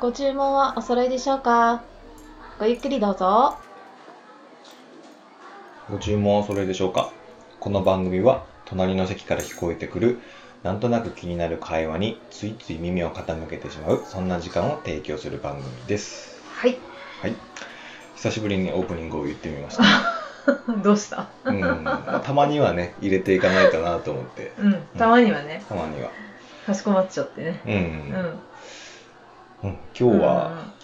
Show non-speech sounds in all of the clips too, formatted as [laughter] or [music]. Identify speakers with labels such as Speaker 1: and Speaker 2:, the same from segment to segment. Speaker 1: ご注文はお揃いでしょうかごゆっくりどうぞ。
Speaker 2: ご注文はそれでしょうかこの番組は隣の席から聞こえてくるなんとなく気になる会話についつい耳を傾けてしまうそんな時間を提供する番組です
Speaker 1: はい。 [laughs]
Speaker 2: 久しぶりにオープニングを言ってみました
Speaker 1: どうした
Speaker 2: うん、まあたまにはね入れていかないかなと思って
Speaker 1: うん。たまにはね、
Speaker 2: たまには
Speaker 1: かしこまっちゃってね。
Speaker 2: う
Speaker 1: う
Speaker 2: ん、
Speaker 1: ん。今
Speaker 2: うん今日は。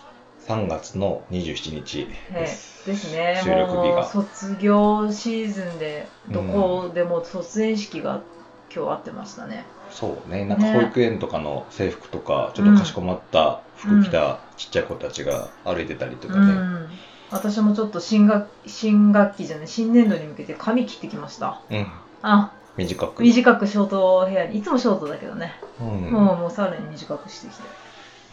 Speaker 2: 3月の27日です、
Speaker 1: ですね。
Speaker 2: 収録日
Speaker 1: もう
Speaker 2: が
Speaker 1: 卒業シーズンで、どこでも卒園式が今日あってましたね。
Speaker 2: そうねなんか
Speaker 1: ね
Speaker 2: 保育園とかの制服とか、ちょっとかしこまった服着たちっちゃい子たちが歩いてたりとか
Speaker 1: う
Speaker 2: ね、
Speaker 1: ん。私もちょっと新学新学期じゃない新年度に向けて髪切ってきました
Speaker 2: うん、
Speaker 1: あ
Speaker 2: 短く、
Speaker 1: 短くショートヘアにいつもショートだけどね、
Speaker 2: うん
Speaker 1: もうもうさらに短くしてきて、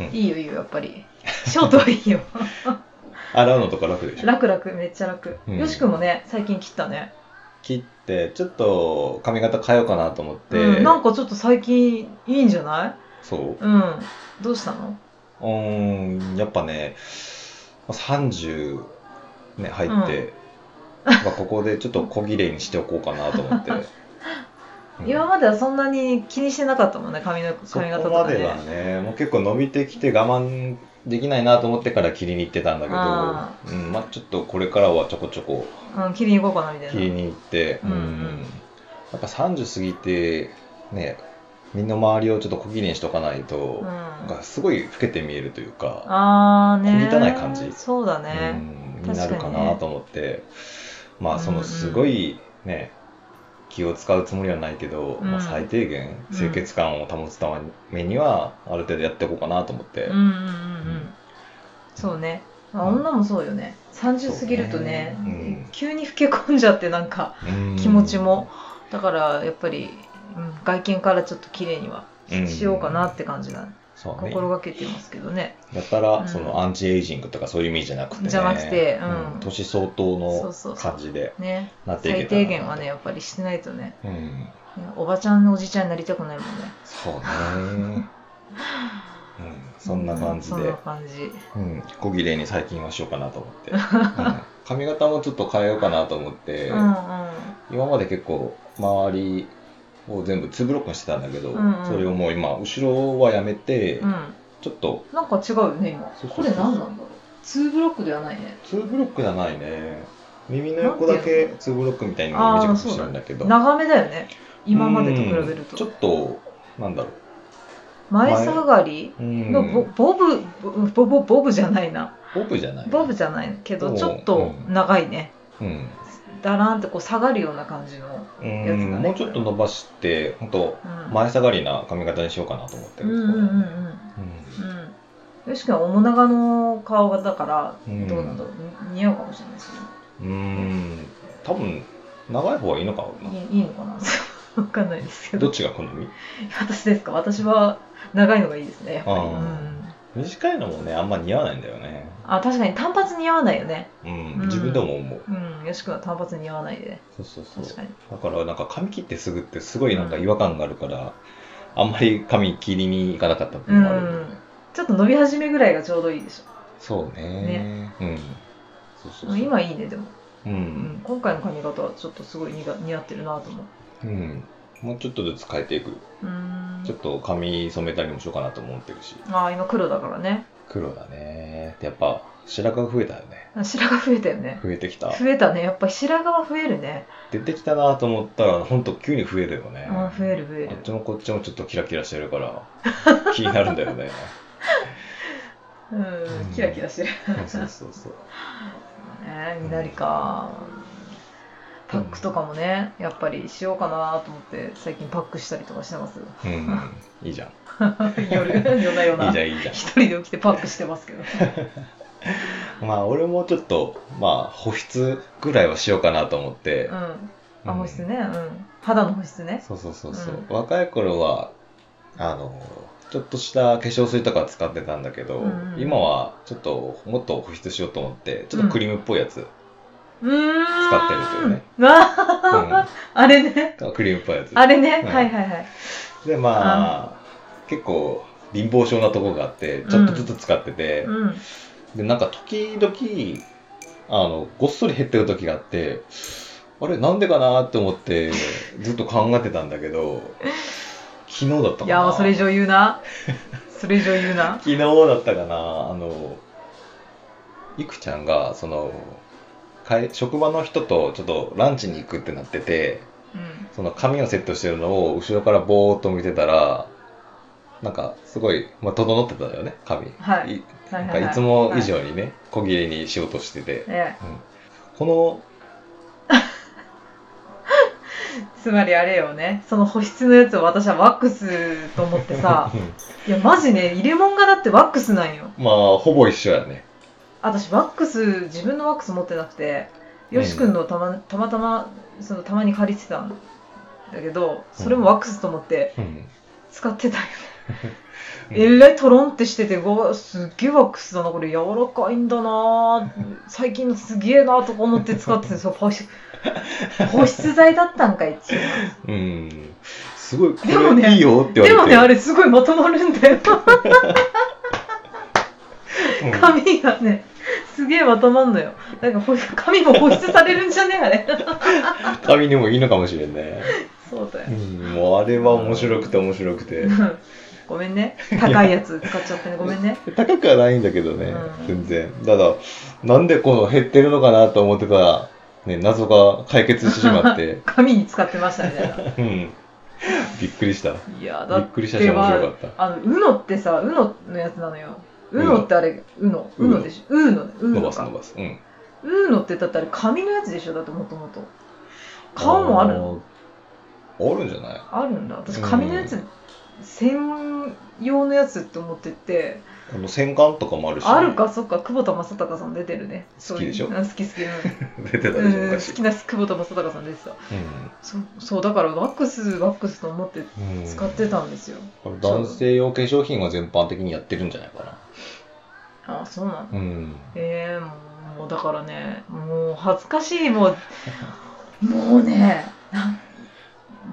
Speaker 2: うん
Speaker 1: いいよいいよやっぱりショートはいいよ
Speaker 2: 洗うのとか楽でしょ
Speaker 1: 楽楽めっちゃ楽、
Speaker 2: うん
Speaker 1: よしくんもね最近切ったね、
Speaker 2: 切ってちょっと髪型変えようかなと思って、
Speaker 1: うん、なんかちょっと最近いいんじゃない
Speaker 2: そう
Speaker 1: うんどうしたの
Speaker 2: うーんやっぱね30ね入って、まあここでちょっと小綺麗にしておこうかなと
Speaker 1: [laughs]
Speaker 2: 思って、うん
Speaker 1: 今まではそんなに気にしてなかったもんね髪の
Speaker 2: そこ
Speaker 1: 髪型と
Speaker 2: ま
Speaker 1: か
Speaker 2: では
Speaker 1: ね
Speaker 2: ねもう結構伸びてきて我慢できないなと思ってから切りに行ってたんだけ
Speaker 1: あ
Speaker 2: ど、うんまあ、ちょっとこれからはちょこちょこ
Speaker 1: うん、切りに行こうかなみたいな
Speaker 2: 切りに行って、
Speaker 1: うんうん
Speaker 2: やっぱ30過ぎてね身の回りをちょっと小切れにしとかないと、
Speaker 1: うん、
Speaker 2: なんかすごい老けて見えるというか、
Speaker 1: あーね
Speaker 2: 小汚い感じ
Speaker 1: そうだ
Speaker 2: う
Speaker 1: ね、
Speaker 2: ん
Speaker 1: 確かにね
Speaker 2: になるかなと思って、まあそのすごいね、気を使うつもりはないけど、
Speaker 1: うん
Speaker 2: まあ、最低限
Speaker 1: うん
Speaker 2: 清潔感を保つためにはある程度やっていこうかなと思って、
Speaker 1: うんうんうんうんそうね、まあ、
Speaker 2: うん
Speaker 1: 女もそうよね30過ぎるとね
Speaker 2: そうねうん
Speaker 1: 急に老け込んじゃってなんか
Speaker 2: うん
Speaker 1: 気持ちも、だからやっぱり、うん、外見からちょっと綺麗には
Speaker 2: うん
Speaker 1: しようかなって感じだ、
Speaker 2: そうね
Speaker 1: 心がけてますけどね
Speaker 2: だったら、
Speaker 1: うん
Speaker 2: そのアンチエイジングとかそういう意味じゃなくて、ね、
Speaker 1: じゃなくてうん
Speaker 2: 年相当
Speaker 1: そう
Speaker 2: の
Speaker 1: そうそう
Speaker 2: 感じで
Speaker 1: ね
Speaker 2: なっていけ
Speaker 1: 最
Speaker 2: たら
Speaker 1: 低限はねやっぱりしてないとねねおばちゃんのおじちゃんになりたくないもんね
Speaker 2: そうね、うん、そんな感じ
Speaker 1: うんそん
Speaker 2: で
Speaker 1: な、感じ
Speaker 2: うん、小綺麗に最近はしようかなと思って、うん髪型もちょっと変えようかなと思って、
Speaker 1: うんうん
Speaker 2: 今まで結構周りを全部2ブロックにしてたんだけど、
Speaker 1: うんうん
Speaker 2: それをもう今後ろはやめて、
Speaker 1: うん
Speaker 2: ちょっと
Speaker 1: なんか違うよね今
Speaker 2: そうそうそう
Speaker 1: これ何なんだろう2ブロックではないね
Speaker 2: 2ブロックじゃないね耳の横だけ2ブロックみたいなのを短くしてるんだけど
Speaker 1: 長めだよね今までと比べる
Speaker 2: うん
Speaker 1: と
Speaker 2: ちょっとなんだろ
Speaker 1: 前下がり
Speaker 2: う、うん、
Speaker 1: のボボブボボボブじゃないな
Speaker 2: ボブじゃない
Speaker 1: ボブじゃないけ
Speaker 2: う
Speaker 1: ど
Speaker 2: ん
Speaker 1: ちょっと長いね
Speaker 2: うん、
Speaker 1: だらんってこう下がるような感じの
Speaker 2: うん
Speaker 1: やつだね
Speaker 2: もうちょっと伸ばして本当
Speaker 1: うん
Speaker 2: 前下がりな髪型にしようかなと思って
Speaker 1: うん
Speaker 2: る
Speaker 1: うんうんうんうんよしくんは面長の顔型だから
Speaker 2: うん
Speaker 1: どうなんだろう似似合うかもしれないですね
Speaker 2: うんうん多分長い方がいいのかない
Speaker 1: いいいのかな [laughs] わかんないですけ
Speaker 2: ど
Speaker 1: ど
Speaker 2: っちが好み
Speaker 1: 私ですか私は長いのがいいですねやっぱり
Speaker 2: あー
Speaker 1: うん
Speaker 2: 短いのもねあんま似合わないんだよね、
Speaker 1: あ確かに単発似合わないよね
Speaker 2: うん
Speaker 1: うん
Speaker 2: 自分でも思う
Speaker 1: うん、よしくんは単発に合わないで、
Speaker 2: そうそうそう
Speaker 1: 確かに。
Speaker 2: だからなんか髪切ってすぐってすごいなんか違和感があるから、あんまり髪切りに行かなかった部
Speaker 1: う
Speaker 2: 分もあるんだよね
Speaker 1: ん、ちょっと伸び始めぐらいがちょうどいいでし
Speaker 2: そうね。うん。そうそう
Speaker 1: ょ。
Speaker 2: そう。
Speaker 1: 今いいね、でも、
Speaker 2: う
Speaker 1: うんん。今回の髪型はちょっとすごい似が似合ってるなと思う。
Speaker 2: うん。もうちょっとずつ変えていく。
Speaker 1: うーん
Speaker 2: ちょっと髪染めたりもしようかなと思ってるし。
Speaker 1: ああ、今黒だからね。
Speaker 2: 黒だね。やっぱ白髪増えたよね。
Speaker 1: 白髪増えたよね。
Speaker 2: 増えてきた。
Speaker 1: 増えたね。やっぱ白髪は増えるね。
Speaker 2: 出てきたなと思ったら、ほんと急に増えるよね。
Speaker 1: あー増える増える
Speaker 2: あっちもこっちもちょっとキラキラしてるから、 [laughs] 気になるんだよね。
Speaker 1: うん、キラキラしてる。
Speaker 2: そうそうそう。
Speaker 1: ね、みなりか。パックとかもね、やっぱりしようかなと思って、最近パックしたりとかしてます。
Speaker 2: うん。いいじゃん。
Speaker 1: [laughs] 夜、夜な夜
Speaker 2: いい
Speaker 1: な
Speaker 2: じ。ゃん、いいじゃん。
Speaker 1: 一人で起きてパックしてますけど。
Speaker 2: まあ、俺もちょっと、まあ、保湿ぐらいはしようかなと思って。
Speaker 1: [laughs] うん。
Speaker 2: う
Speaker 1: あ
Speaker 2: ん
Speaker 1: 保湿ね、うん、肌の保湿ね
Speaker 2: そうそうそうそう、
Speaker 1: う
Speaker 2: 若い頃はあのちょっとした化粧水とか使ってたんだけど、
Speaker 1: うんうん
Speaker 2: 今はちょっともっと保湿しようと思ってちょっとクリームっぽいやつ、
Speaker 1: うーん
Speaker 2: 使ってるっていうね
Speaker 1: あ
Speaker 2: う
Speaker 1: [laughs] あれね
Speaker 2: んクリームっぽいやつ
Speaker 1: あれね、
Speaker 2: うん
Speaker 1: はいはいはい
Speaker 2: でまあ結構貧乏症なとこがあってちょっとずつ使ってて、
Speaker 1: うん。
Speaker 2: でなんか時々あのごっそり減ってる時があってあれなんでかなって思ってずっと考えてたんだ
Speaker 1: [laughs]
Speaker 2: けど昨日だったかない
Speaker 1: やー、それ以上言う
Speaker 2: [laughs]
Speaker 1: な。それ以上言うな。
Speaker 2: 昨日だったかなあのいくちゃんがそのかい職場の人とちょっとランチに行くってなってて
Speaker 1: うん。
Speaker 2: その髪をセットしてるのを後ろからぼーっと見てたらなんかすごい、まあ、整ってたよね髪、
Speaker 1: はいは
Speaker 2: い
Speaker 1: い
Speaker 2: なん
Speaker 1: は
Speaker 2: か
Speaker 1: い
Speaker 2: い
Speaker 1: はい
Speaker 2: つも以上にね、小切れに仕事してて、
Speaker 1: え
Speaker 2: この
Speaker 1: え、つまりあれよねその保湿のやつを私はワックスと思って
Speaker 2: [laughs]
Speaker 1: さいやマジね入れ物がだってワックスなんよ
Speaker 2: まあほぼ一緒やね
Speaker 1: 私ワックス自分のワックス持ってなくてよし君のたまたまたまそのたまに借りてたんだけどそれもワックスと思って
Speaker 2: うん
Speaker 1: 使ってた
Speaker 2: [laughs]
Speaker 1: よね、
Speaker 2: う
Speaker 1: えらいトロンってしててうわすっげえワックスだなこれ柔らかいんだな最近のすげえなとか思って使っててそう保湿
Speaker 2: [laughs]
Speaker 1: 保湿剤だったんかい一応
Speaker 2: ん、うんすごいこ
Speaker 1: でも
Speaker 2: れ
Speaker 1: ね
Speaker 2: いいよって言われて
Speaker 1: でもねあれすごいまとまるんだよ
Speaker 2: うん
Speaker 1: 髪がねすげえまとまんのよなんかほ髪も保湿されるんじゃねえあれ
Speaker 2: 髪にもいいのかもしれんね
Speaker 1: そうだよ
Speaker 2: うんもうあれは面白くて面白くて
Speaker 1: うんごめんね高いやつ使っちゃってねごめんね
Speaker 2: 高くはないんだけどね、
Speaker 1: うん
Speaker 2: 全然ただなんでこの減ってるのかなと思ってたら、ね、謎が解決してしまっ
Speaker 1: [laughs]
Speaker 2: て
Speaker 1: 髪に使ってましたみたいな
Speaker 2: うんびっくりしたび
Speaker 1: いやだ
Speaker 2: っ
Speaker 1: っ
Speaker 2: くりしたし
Speaker 1: て
Speaker 2: 面白か
Speaker 1: は
Speaker 2: った
Speaker 1: あの UNO ってさ UNO のやつなのよ UNO ってあれ UNO
Speaker 2: UNO
Speaker 1: UNO でしょ UNO
Speaker 2: 伸
Speaker 1: UNO
Speaker 2: ばす伸
Speaker 1: か
Speaker 2: ばすうん
Speaker 1: UNO ってだってあれ紙のやつでしょだってもともと顔もあるの
Speaker 2: あーあるんじゃない
Speaker 1: あるんだ私紙のや
Speaker 2: う
Speaker 1: つ専用のやつって思ってて
Speaker 2: あの洗顔とかもあるし、
Speaker 1: あるかそっか久保田正孝さん出てるね
Speaker 2: 好きでしょ
Speaker 1: そういううん好き好
Speaker 2: [laughs]
Speaker 1: き、う
Speaker 2: 出てた
Speaker 1: ん
Speaker 2: でしょ
Speaker 1: うん、
Speaker 2: 昔
Speaker 1: 好きな久保田正孝さん出てた
Speaker 2: う
Speaker 1: そうそうだからワックスワックスと思って
Speaker 2: んうん
Speaker 1: 使ってたんですよ、
Speaker 2: これ男性用化粧品は全般的にやってるんじゃないかな
Speaker 1: あそうなの、
Speaker 2: うん
Speaker 1: えー、もうもうだからねもう恥ずかしい
Speaker 2: [laughs]
Speaker 1: もうもうねなん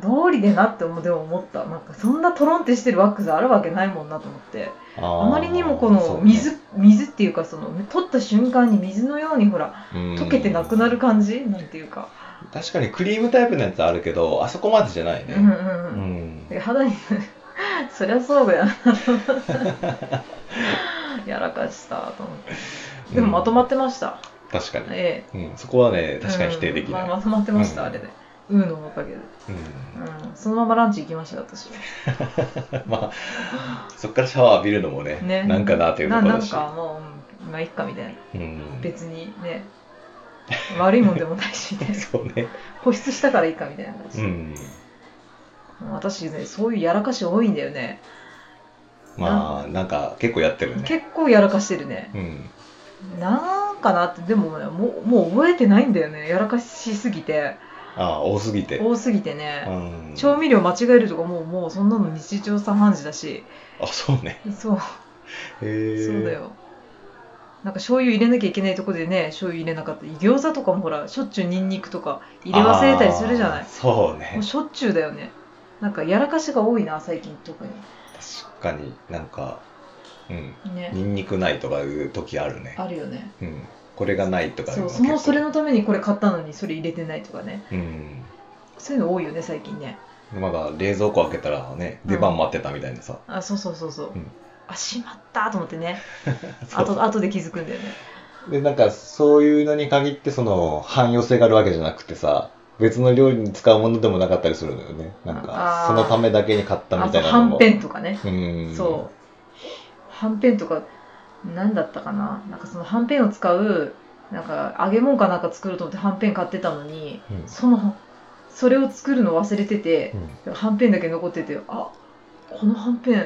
Speaker 1: 道理でなって思うでも思ったなんかそんなトロンってしてるワックスあるわけないもんなと思って
Speaker 2: あ
Speaker 1: あ
Speaker 2: ー
Speaker 1: まりにもこ
Speaker 2: そ
Speaker 1: の
Speaker 2: うね
Speaker 1: 水、水っていうかその取った瞬間に水のようにほら
Speaker 2: うん
Speaker 1: 溶けてなくなる感じ、なんていうか、
Speaker 2: 確かにクリームタイプのやつあるけどあそこまでじゃないね
Speaker 1: うんうんうん
Speaker 2: うん
Speaker 1: で肌にそりゃそうだよ
Speaker 2: [laughs]
Speaker 1: やらかしたと思ってでもまとまってました、
Speaker 2: 確かに、
Speaker 1: え
Speaker 2: うん、そこはね
Speaker 1: え
Speaker 2: 確かに否定できない、
Speaker 1: うん
Speaker 2: うん
Speaker 1: ままとまってました、
Speaker 2: うん
Speaker 1: あれでうーのおかげで、うん、そのままランチ行きましたよ私
Speaker 2: [laughs] まあそこからシャワー浴びるのもね
Speaker 1: ね
Speaker 2: [laughs] なんかなというと
Speaker 1: な
Speaker 2: ころ
Speaker 1: な
Speaker 2: だ
Speaker 1: ん
Speaker 2: し
Speaker 1: かもううんまあいっかみたいな
Speaker 2: うん、
Speaker 1: 別にね悪いもんでもない
Speaker 2: [laughs]
Speaker 1: しみたいな
Speaker 2: そうね
Speaker 1: 保湿したからいいかみたいな感じ、
Speaker 2: うん
Speaker 1: 私ねそういうやらかし多いんだよね
Speaker 2: まあなんか結構やってるね
Speaker 1: 結構やらかしてるね
Speaker 2: うん
Speaker 1: なんかなってでもねもうもう覚えてないんだよねやらかしすぎて
Speaker 2: ああ多すぎて、
Speaker 1: 多すぎて
Speaker 2: う
Speaker 1: ね、
Speaker 2: ん、
Speaker 1: 調味料間違えるとかもうもうそんなの日常茶飯事だし
Speaker 2: あそうね
Speaker 1: そう
Speaker 2: へえ
Speaker 1: そうだよなんか醤油入れなきゃいけないとこでね醤油入れなかった餃子とかもほらしょっちゅうニンニクとか入れ忘れたりするじゃな
Speaker 2: あー
Speaker 1: い
Speaker 2: そう
Speaker 1: も
Speaker 2: ね
Speaker 1: うしょっちゅうだよねなんかやらかしが多いな最近特に
Speaker 2: 確かになんかうん
Speaker 1: ね
Speaker 2: ニンニクないとかいう時あるね
Speaker 1: あるよね
Speaker 2: うんこれがないとかいう
Speaker 1: そ
Speaker 2: の
Speaker 1: う
Speaker 2: が
Speaker 1: その
Speaker 2: 結構
Speaker 1: それのためにこれ買ったのにそれ入れてないとかね
Speaker 2: うん
Speaker 1: そういうの多いよね最近ね
Speaker 2: まだ冷蔵庫開けたらね
Speaker 1: うん
Speaker 2: 出番待ってたみたいなさ、
Speaker 1: あそうそうそうそう、
Speaker 2: うん
Speaker 1: あしまったと思ってね
Speaker 2: そう
Speaker 1: あとあとで気づくんだよね
Speaker 2: でなんかそういうのに限ってその汎用性があるわけじゃなくてさ別の料理に使うものでもなかったりするのよねなん
Speaker 1: あ
Speaker 2: か
Speaker 1: ー
Speaker 2: そのためだけに買った
Speaker 1: あ
Speaker 2: みた
Speaker 1: と
Speaker 2: いなの
Speaker 1: は
Speaker 2: も
Speaker 1: んぺんとかね、
Speaker 2: うん
Speaker 1: そうはんぺんとか何だったかななんかそのはんぺんを使うなんか揚げ物かなんか作ると思ってはんぺん買ってたのに
Speaker 2: うん、
Speaker 1: そのそれを作るの忘れてて
Speaker 2: うん
Speaker 1: はんぺんだけ残っててあこのはんぺん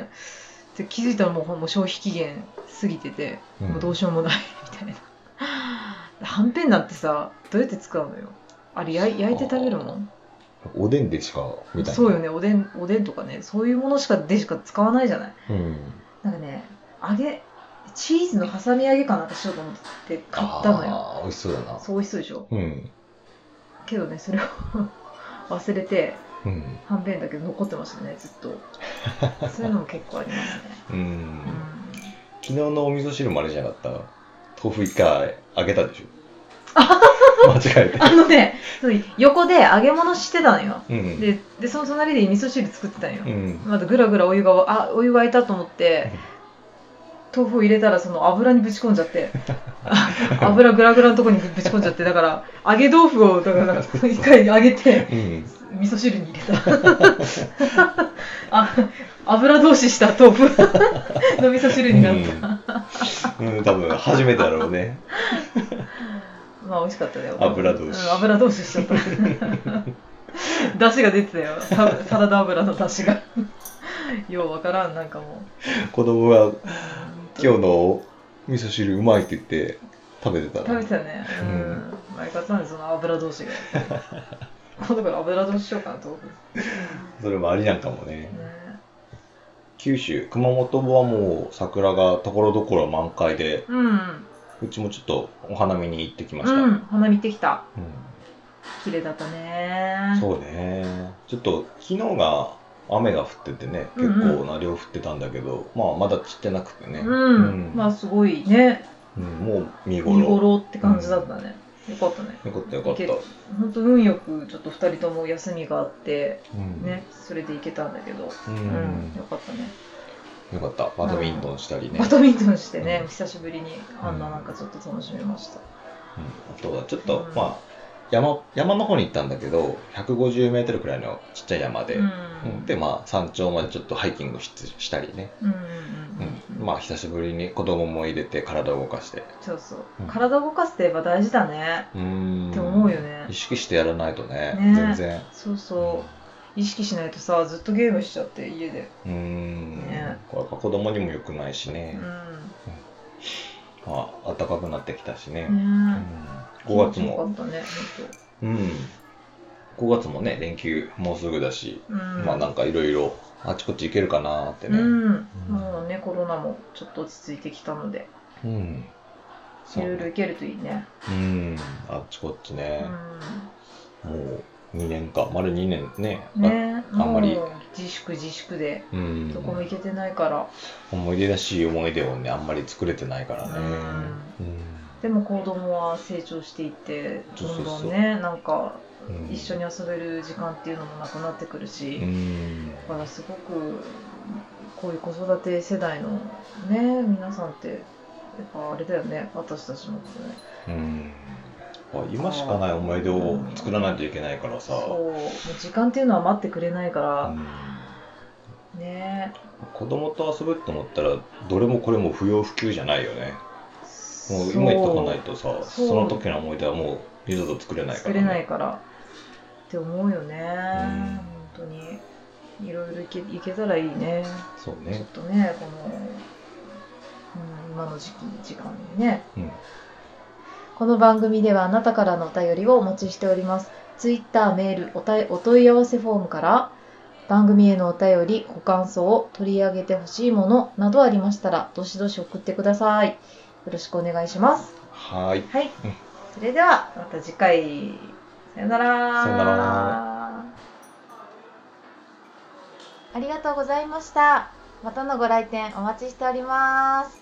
Speaker 1: って気づいたらもうもう消費期限過ぎてて、
Speaker 2: うん
Speaker 1: もうどうしようもない [laughs] みたいなはんぺんなんてさどうやって使うのよあれ焼い焼いて食べるもん
Speaker 2: おでんでしかみたいな
Speaker 1: そうよねおでんおでんとかねそういうものしかでしか使わないじゃない
Speaker 2: うん、
Speaker 1: なんかね揚げチーズの挟み揚げかなんかしようと思って買ったのよ
Speaker 2: あー美味しそうだな
Speaker 1: そう美味しそうでしょ
Speaker 2: うん
Speaker 1: けどねそれを [laughs] 忘れて
Speaker 2: うん
Speaker 1: 半弁だけど残ってましたねずっと
Speaker 2: [laughs]
Speaker 1: そういうのも結構ありますね、
Speaker 2: うん
Speaker 1: うん、
Speaker 2: 昨日のお味噌汁もあれじゃなかった豆腐一回あげた
Speaker 1: [laughs]
Speaker 2: でしょ間違えて
Speaker 1: あのねそう横で揚げ物してたのよ
Speaker 2: うん
Speaker 1: ででその隣で味噌汁作ってたのよ、
Speaker 2: うん
Speaker 1: まだぐらぐらお湯がわあお湯沸いたと思って豆腐を入れたらその油にぶち込んじゃって油ぐらぐらのとこにぶち込んじゃってだから揚げ豆腐をだから一回揚げて
Speaker 2: うん
Speaker 1: 味噌汁に入れたあ油通しした豆腐の味噌汁になった、
Speaker 2: うん、多分初めてだろうね
Speaker 1: まあ美味しかったよ
Speaker 2: 油通し
Speaker 1: うん油通ししちゃった出汁が出てたよササラダ油の出汁がようわからんなんかも
Speaker 2: 子供が
Speaker 1: う
Speaker 2: 今日の味噌汁うまいって言って食べてた
Speaker 1: 食べ
Speaker 2: ら
Speaker 1: てたねう
Speaker 2: うん
Speaker 1: まあよかったねその油通
Speaker 2: [laughs]
Speaker 1: しが今度から油通ししようかな豆腐
Speaker 2: それもありなんかもね
Speaker 1: ね
Speaker 2: 九州熊本はもう桜がところどころ満開で
Speaker 1: うん
Speaker 2: うちもちょっとお花見に行ってきました、
Speaker 1: うん花見てきた
Speaker 2: う
Speaker 1: 綺麗だったね
Speaker 2: んそうねちょっと昨日が雨が降っててね結構な量降ってたんだけど、まあまだ散ってなくてね、
Speaker 1: うん、まあすごいね
Speaker 2: うんもう見頃
Speaker 1: 見頃って感じだったね、よかったね
Speaker 2: よかったよかった
Speaker 1: いけ本当運よくちょっと2人とも休みがあって
Speaker 2: うん
Speaker 1: ねそれで行けたんだけど、
Speaker 2: うん
Speaker 1: うんよかったね
Speaker 2: よかったバドミントンしたり
Speaker 1: バ
Speaker 2: ね、うん、あ
Speaker 1: ドミントンしてね、
Speaker 2: うん
Speaker 1: 久しぶりにあんななんかちょっと楽しめました、
Speaker 2: とはちょっと、
Speaker 1: うん
Speaker 2: まあ山山の方に行ったんだけど1 5 0ルくらいのちっちゃい山で、
Speaker 1: うん
Speaker 2: うんでまあ山頂までちょっとハイキングししたりね、
Speaker 1: うんうん
Speaker 2: う
Speaker 1: うん
Speaker 2: ん、
Speaker 1: ま
Speaker 2: まあ久しぶりに子供も入れて体を動かして
Speaker 1: そうそう、
Speaker 2: うん
Speaker 1: 体を動かすってやっぱ大事だね
Speaker 2: うーん
Speaker 1: って思うよね
Speaker 2: 意識してやらないとね
Speaker 1: ね
Speaker 2: 全然
Speaker 1: そうそう意識しないとさずっとゲームしちゃって家で
Speaker 2: うーん、
Speaker 1: ね
Speaker 2: これやっぱ子供にも良くないし
Speaker 1: う
Speaker 2: ね、
Speaker 1: ん
Speaker 2: まあ暖かくなってきたしね、うん
Speaker 1: ね
Speaker 2: 5月
Speaker 1: よか
Speaker 2: も
Speaker 1: ったね
Speaker 2: うん5月もね連休もうすぐだし、
Speaker 1: 本当、うん、
Speaker 2: まあなんかいろいろあちこち行けるかなーってね
Speaker 1: うん、もうねコロナもちょっと落ち着いてきたので
Speaker 2: う
Speaker 1: い
Speaker 2: ん、そう
Speaker 1: ろいろ行けるといいね
Speaker 2: うんあっちこっち
Speaker 1: う
Speaker 2: ね、
Speaker 1: ん
Speaker 2: もう2年か丸2年ね
Speaker 1: ね
Speaker 2: あんまり
Speaker 1: もう自粛自粛で
Speaker 2: あうん
Speaker 1: どこも行けてないから、
Speaker 2: 思い出らしい思い出をねあんまり作れてないからね
Speaker 1: でも子供は成長していって
Speaker 2: そう
Speaker 1: ど
Speaker 2: そ
Speaker 1: ん
Speaker 2: うそう
Speaker 1: どんねなんか
Speaker 2: うん、うん
Speaker 1: 一緒に遊べる時間っていうのもなくなってくるし、
Speaker 2: うん
Speaker 1: だからすごくこういう子育て世代のね皆さんってやっぱあれだよね私たちもね
Speaker 2: うんまあ今しかない思い出を作らないといけないからさ、
Speaker 1: そうもう時間っていうのは待ってくれないか
Speaker 2: う
Speaker 1: ら、
Speaker 2: ん
Speaker 1: ね
Speaker 2: 子供と遊ぶって思ったらどれもこれも不要不急じゃないよねもう今言っとかないとさ
Speaker 1: そう
Speaker 2: その時の思い出はもう二度と作れないから、
Speaker 1: 作れないからって思うよね、
Speaker 2: ん
Speaker 1: 本当にいろいろいけいけたらいいね
Speaker 2: そう
Speaker 1: ちょ
Speaker 2: ね
Speaker 1: っとねこの、うん、今の時期時間にね
Speaker 2: うん
Speaker 1: この番組ではあなたからのお便りをお待ちしております。ツイッター、メール、おたいお問い合わせフォームから番組へのお便り、ご感想、取り上げてほしいものなどありましたら、どしどし送ってください。よろしくお願いします。
Speaker 2: はーい
Speaker 1: はい。それではまた次回。さよなら。
Speaker 2: さよなら。
Speaker 1: ありがとうございました。またのご来店お待ちしております。